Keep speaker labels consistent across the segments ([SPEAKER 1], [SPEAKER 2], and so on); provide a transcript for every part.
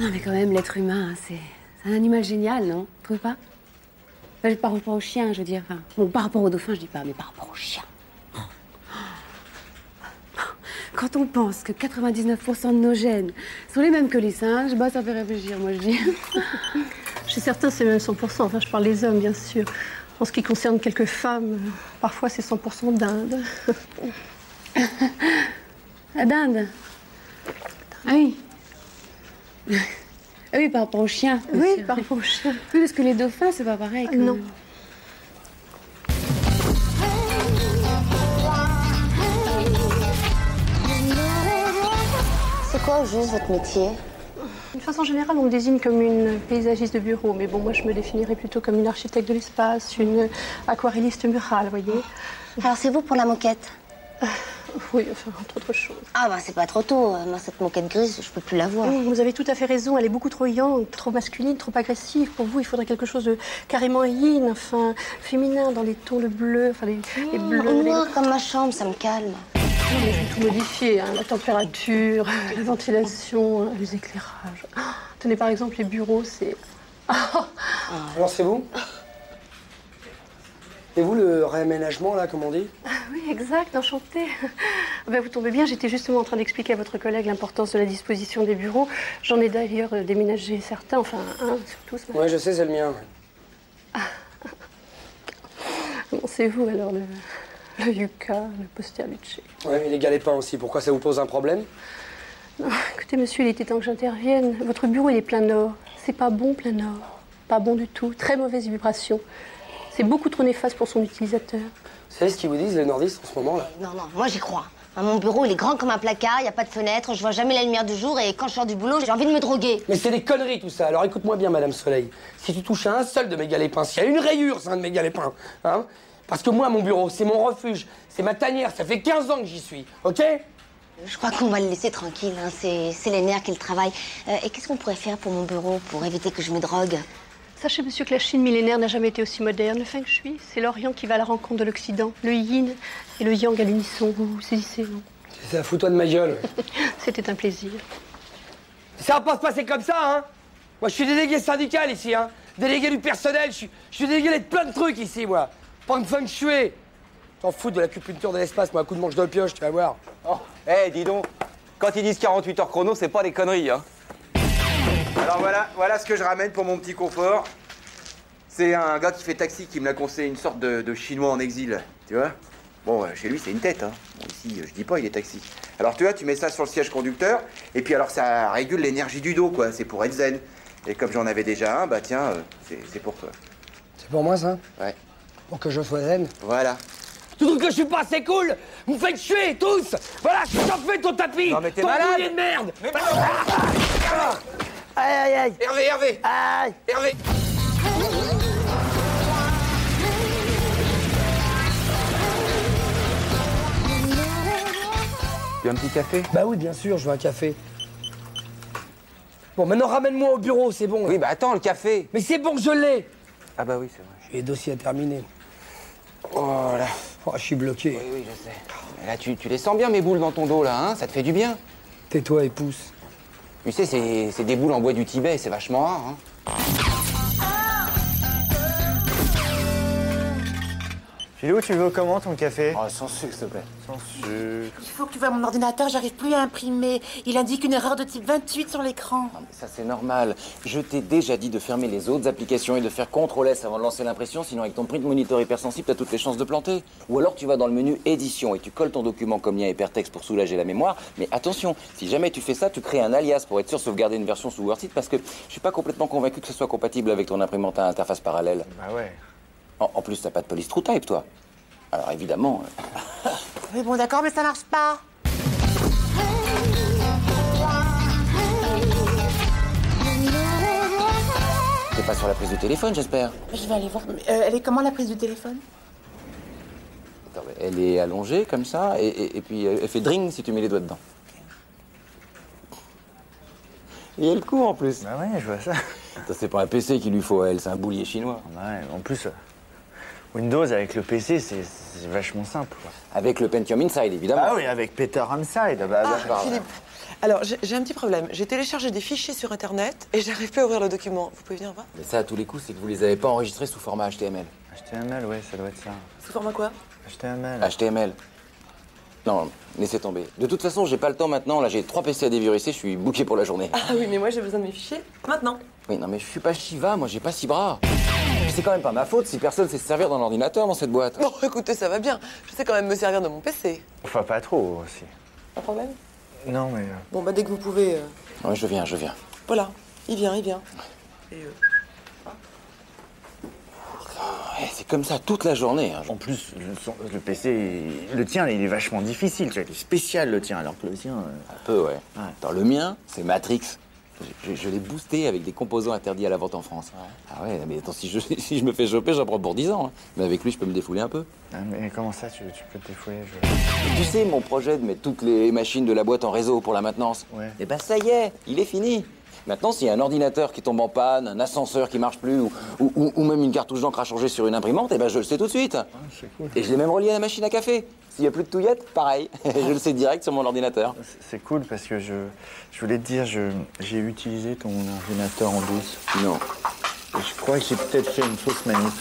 [SPEAKER 1] non, mais quand même, l'être humain, hein, c'est c'est un animal génial, non Vous trouvez pas Enfin, Par rapport au chien, je veux dire. Enfin, bon, par rapport au dauphin, je dis pas, mais par rapport au chien. Quand on pense que 99% de nos gènes sont les mêmes que les singes, bah ça fait réfléchir, moi je dis.
[SPEAKER 2] Chez certains, c'est même 100%. Enfin, je parle des hommes, bien sûr. En ce qui concerne quelques femmes, euh, parfois c'est 100% d'Inde.
[SPEAKER 1] La dinde. Ah oui. Ah oui, par rapport au chien.
[SPEAKER 2] Oui,
[SPEAKER 1] par... Ah Mm.
[SPEAKER 2] parfois au chien.
[SPEAKER 1] oui, parce que les dauphins, c'est pas pareil. quand
[SPEAKER 2] Non.
[SPEAKER 1] même.
[SPEAKER 3] C'est quoi au juste votre métier
[SPEAKER 2] De façon générale, on me désigne comme une paysagiste de bureau, mais bon, moi je me définirais plutôt comme une architecte de l'espace, une aquarelliste murale, vous voyez.
[SPEAKER 3] Alors c'est vous pour la moquette
[SPEAKER 2] Oui, enfin, entre autres choses.
[SPEAKER 3] Ah bah c'est pas trop tôt, euh, moi cette moquette grise, je peux plus la voir.
[SPEAKER 2] Oui, Vous avez tout à fait raison, elle est beaucoup trop young, trop masculine, trop agressive. Pour vous, il faudrait quelque chose de carrément yin, enfin, féminin, dans les tons de bleu, enfin, les, les bleus, les...
[SPEAKER 3] Noir comme ma chambre, ça me calme.
[SPEAKER 2] Mais je vais tout modifier, hein, la température, la ventilation, hein, les éclairages. Ah, tenez, par exemple, les bureaux, c'est...
[SPEAKER 4] Alors c'est vous Et vous le réaménagement là, comme on dit
[SPEAKER 2] Oui, exact, enchantée. Ah ben, vous tombez bien, j'étais justement en train d'expliquer à votre collègue l'importance de la disposition des bureaux. J'en ai d'ailleurs euh, déménagé certains, enfin un surtout. ce matin.
[SPEAKER 4] Ouais, je sais, c'est le mien.
[SPEAKER 2] Bon, c'est vous alors, le, le Yuka, le Posterlucci.
[SPEAKER 4] Ouais, mais les galets-pains aussi, pourquoi ça vous pose un problème
[SPEAKER 2] Écoutez, monsieur, il était temps que j'intervienne. Votre bureau, il est plein nord. C'est pas bon, plein nord. Pas bon du tout. Très mauvaise vibration. C'est beaucoup trop néfaste pour son utilisateur.
[SPEAKER 4] Vous savez ce qu'ils vous disent, les nordistes, en ce moment là
[SPEAKER 3] Non, non, moi j'y crois. Hein, Mon bureau, il est grand comme un placard, il a pas de fenêtre, je vois jamais la lumière du jour et quand je sors du boulot, j'ai envie de me droguer.
[SPEAKER 4] Mais c'est des conneries tout ça, alors écoute-moi bien, Madame Soleil. Si tu touches à un seul de mes galets-pains, s'il y a une rayure, c'est un de mes galets-pains, hein Parce que moi, mon bureau, c'est mon refuge, c'est ma tanière, ça fait 15 ans que j'y suis, ok
[SPEAKER 3] Je crois qu'on va le laisser tranquille, hein, c'est c'est les nerfs qui le travaillent. Euh, et qu'est-ce qu'on pourrait faire pour mon bureau, pour éviter que je me drogue
[SPEAKER 2] Sachez, monsieur, que la Chine millénaire n'a jamais été aussi moderne. Le feng shui, c'est l'Orient qui va à la rencontre de l'Occident. Le yin et le yang à l'unisson. Vous vous saisissez, non
[SPEAKER 4] C'est ça, fous-toi de ma gueule.
[SPEAKER 2] C'était un plaisir.
[SPEAKER 4] Ça va pas se passer comme ça, hein Moi, je suis délégué syndical ici, hein Délégué du personnel, je suis, je suis délégué de plein de trucs ici, moi Pas de feng shui T'en fous de l'acupuncture de l'espace, moi, un coup de manche de pioche, tu vas voir.
[SPEAKER 5] Oh, Eh, dis donc, quand ils disent 48 heures chrono, c'est pas des conneries, hein. Alors voilà, voilà ce que je ramène pour mon petit confort. C'est un gars qui fait taxi qui me l'a conseillé, une sorte de, de chinois en exil, tu vois. Bon, euh, chez lui, c'est une tête, hein. Bon, ici, euh, je dis pas, il est taxi. Alors tu vois, tu mets ça sur le siège conducteur, et puis alors ça régule l'énergie du dos, quoi. C'est pour être zen. Et comme j'en avais déjà un, bah tiens, euh, c'est c'est pour toi.
[SPEAKER 4] C'est pour moi, ça
[SPEAKER 5] Ouais,
[SPEAKER 4] Pour que je sois zen
[SPEAKER 5] voilà.
[SPEAKER 4] Tu trouves que je suis pas assez cool Vous me faites chier, tous Voilà, je t'en fais ton tapis
[SPEAKER 5] Non, mais t'es
[SPEAKER 4] Ton
[SPEAKER 5] malade.
[SPEAKER 4] boulier de merde Ah,
[SPEAKER 5] Mais
[SPEAKER 4] Aïe, aïe, aïe
[SPEAKER 5] Hervé, Hervé
[SPEAKER 4] Aïe
[SPEAKER 5] Hervé Tu veux un petit café
[SPEAKER 4] Bah oui, bien sûr, je veux un café. Bon, maintenant, ramène-moi au bureau, c'est bon.
[SPEAKER 5] Oui, bah attends, le café
[SPEAKER 4] Mais c'est bon, je l'ai
[SPEAKER 5] Ah bah oui, c'est vrai.
[SPEAKER 4] J'ai les dossiers à terminer.
[SPEAKER 5] Oh là
[SPEAKER 4] Oh, je suis bloqué.
[SPEAKER 5] Oui, oui, je sais. Mais Là, tu, tu les sens bien, mes boules, dans ton dos, là, hein Ça te fait du bien
[SPEAKER 4] Tais-toi et pousse.
[SPEAKER 5] Tu sais, c'est c'est des boules en bois du Tibet, c'est vachement rare, hein
[SPEAKER 6] Philou, tu veux comment ton café
[SPEAKER 5] Oh, sans sucre, s'il te plaît.
[SPEAKER 6] Sans sucre.
[SPEAKER 7] Il faut que tu vois mon ordinateur, j'arrive plus à imprimer. Il indique une erreur de type 28 sur l'écran.
[SPEAKER 5] Non, mais ça, c'est normal. Je t'ai déjà dit de fermer les autres applications et de faire CTRL-S avant de lancer l'impression, sinon avec ton print monitor hypersensible, t'as toutes les chances de planter. Ou alors tu vas dans le menu Édition et tu colles ton document comme lien hypertexte pour soulager la mémoire. Mais attention, si jamais tu fais ça, tu crées un alias pour être sûr de sauvegarder une version sous WordSite parce que je suis pas complètement convaincu que ce soit compatible avec ton imprimante à interface parallèle.
[SPEAKER 6] Bah ouais.
[SPEAKER 5] En, en plus, t'as pas de police true type, toi. Alors évidemment, euh,
[SPEAKER 7] Oui, bon, d'accord, mais ça marche pas.
[SPEAKER 5] t'es pas sur la prise de téléphone, j'espère.
[SPEAKER 7] Je vais aller voir. Mais, euh, elle est comment la prise du téléphone
[SPEAKER 5] Attends, mais Elle est allongée comme ça, et, et- et puis
[SPEAKER 8] euh,
[SPEAKER 5] elle fait dring si tu mets les doigts dedans. Et elle court en plus.
[SPEAKER 6] Bah ouais, je vois ça.
[SPEAKER 5] Ça, C'est pas un PC qu'il lui faut à elle, c'est un boulier chinois.
[SPEAKER 6] Ouais, en plus, euh, Windows avec le PC, c'est c'est vachement simple. quoi.
[SPEAKER 5] Avec le Pentium Inside, évidemment.
[SPEAKER 6] Ah oui, avec Peter Ramside. Bah, bah,
[SPEAKER 7] Philippe,
[SPEAKER 9] Alors, j'ai j'ai un petit problème. J'ai téléchargé des fichiers sur Internet et j'arrive plus à ouvrir le document. Vous pouvez venir voir
[SPEAKER 8] Mais ça, à tous les coups, c'est que vous les avez pas enregistrés sous format HTML.
[SPEAKER 6] HTML, ouais, ça doit être ça.
[SPEAKER 9] Sous format quoi
[SPEAKER 6] HTML.
[SPEAKER 8] HTML Non, laissez tomber. De toute façon, j'ai pas le temps maintenant. Là, j'ai trois PC à déviruser, je suis bouqué pour la journée.
[SPEAKER 9] Ah oui, mais moi j'ai besoin de mes fichiers maintenant.
[SPEAKER 8] Oui, non, mais je suis pas Shiva, moi, j'ai pas six bras. C'est quand même pas ma faute si personne sait se servir dans l'ordinateur dans cette boîte.
[SPEAKER 9] Bon, écoutez, ça va bien. Je sais quand même me servir de mon PC.
[SPEAKER 6] Enfin, pas trop aussi.
[SPEAKER 9] Pas de problème
[SPEAKER 6] Non, mais. euh,
[SPEAKER 9] Bon, bah dès que vous pouvez. euh,
[SPEAKER 8] Oui, je viens, je viens.
[SPEAKER 9] Voilà, il vient, il vient. Et, euh,
[SPEAKER 8] Eh, c'est comme ça toute la journée. hein.
[SPEAKER 6] En plus, le, son- le PC, il- le tien, il est vachement difficile. Tu vois, il est spécial, le tien, alors que le tien. euh,
[SPEAKER 8] Un peu, ouais.
[SPEAKER 6] Ouais.
[SPEAKER 8] Dans le mien, c'est Matrix. Je, je- je l'ai boosté avec des composants interdits à la vente en France. Ah ouais, mais attends, si je, si je me fais choper, j'en prends pour 10 ans. hein. Mais avec lui, je peux me défouler un peu.
[SPEAKER 6] ah, mais comment ça, tu, tu peux te défouler je-
[SPEAKER 8] Tu sais, mon projet de mettre toutes les machines de la boîte en réseau pour la maintenance.
[SPEAKER 6] Ouais.
[SPEAKER 8] Eh ben ça y est, il est fini. Maintenant, s'il y a un ordinateur qui tombe en panne, un ascenseur qui marche plus, ou, ou- ou- ou même une cartouche d'encre à changer sur une imprimante, eh ben je le sais tout de suite. Et je l'ai même relié à la machine à café. S'il n'y a plus de touillette, pareil. je le sais direct sur mon ordinateur.
[SPEAKER 6] C'est- C'est cool parce que je, je voulais te dire, je- j'ai utilisé ton ordinateur en douce.
[SPEAKER 8] Non.
[SPEAKER 6] Et je crois que j'ai peut-être fait une fausse manip.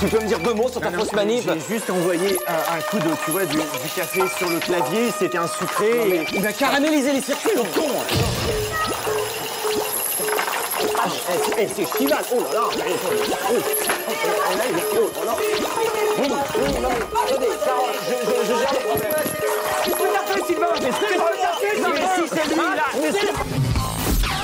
[SPEAKER 8] Tu peux me dire deux mots Oh, sur ta fausse manip
[SPEAKER 6] J'ai juste envoyé un, un coup de, tu vois, du, du café sur le clavier, c'était un sucré. et-
[SPEAKER 8] Il va caraméliser les circuits, le con
[SPEAKER 6] Eh, c'est chival Oh là là eh, oh, oh, oh là, il a- oh là là.
[SPEAKER 8] Oui, oui, non, attendez, Carole, je, je, je gère le problème.
[SPEAKER 6] Mais si, c'est lui, là Mais c'est-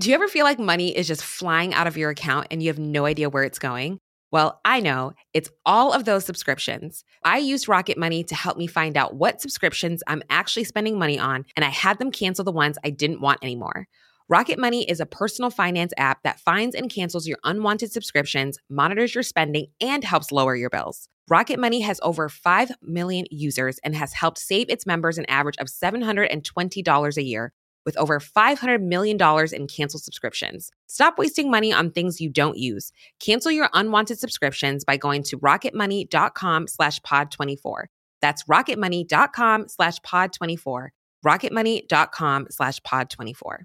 [SPEAKER 10] Do you ever feel like money is just flying out of your account and you have no idea where it's going? Well, I know it's all of those subscriptions. I used Rocket Money to help me find out what subscriptions I'm actually spending money on, and I had them cancel the ones I didn't want anymore. Rocket Money is a personal finance app that finds and cancels your unwanted subscriptions, monitors your spending, and helps lower your bills. Rocket Money has over 5 million users and has helped save its members an average of $720 a year with over $500 million in canceled subscriptions. Stop wasting money on things you don't use. Cancel your unwanted subscriptions by going to rocketmoney.com slash pod24. That's rocketmoney.com slash pod24. rocketmoney.com slash pod24.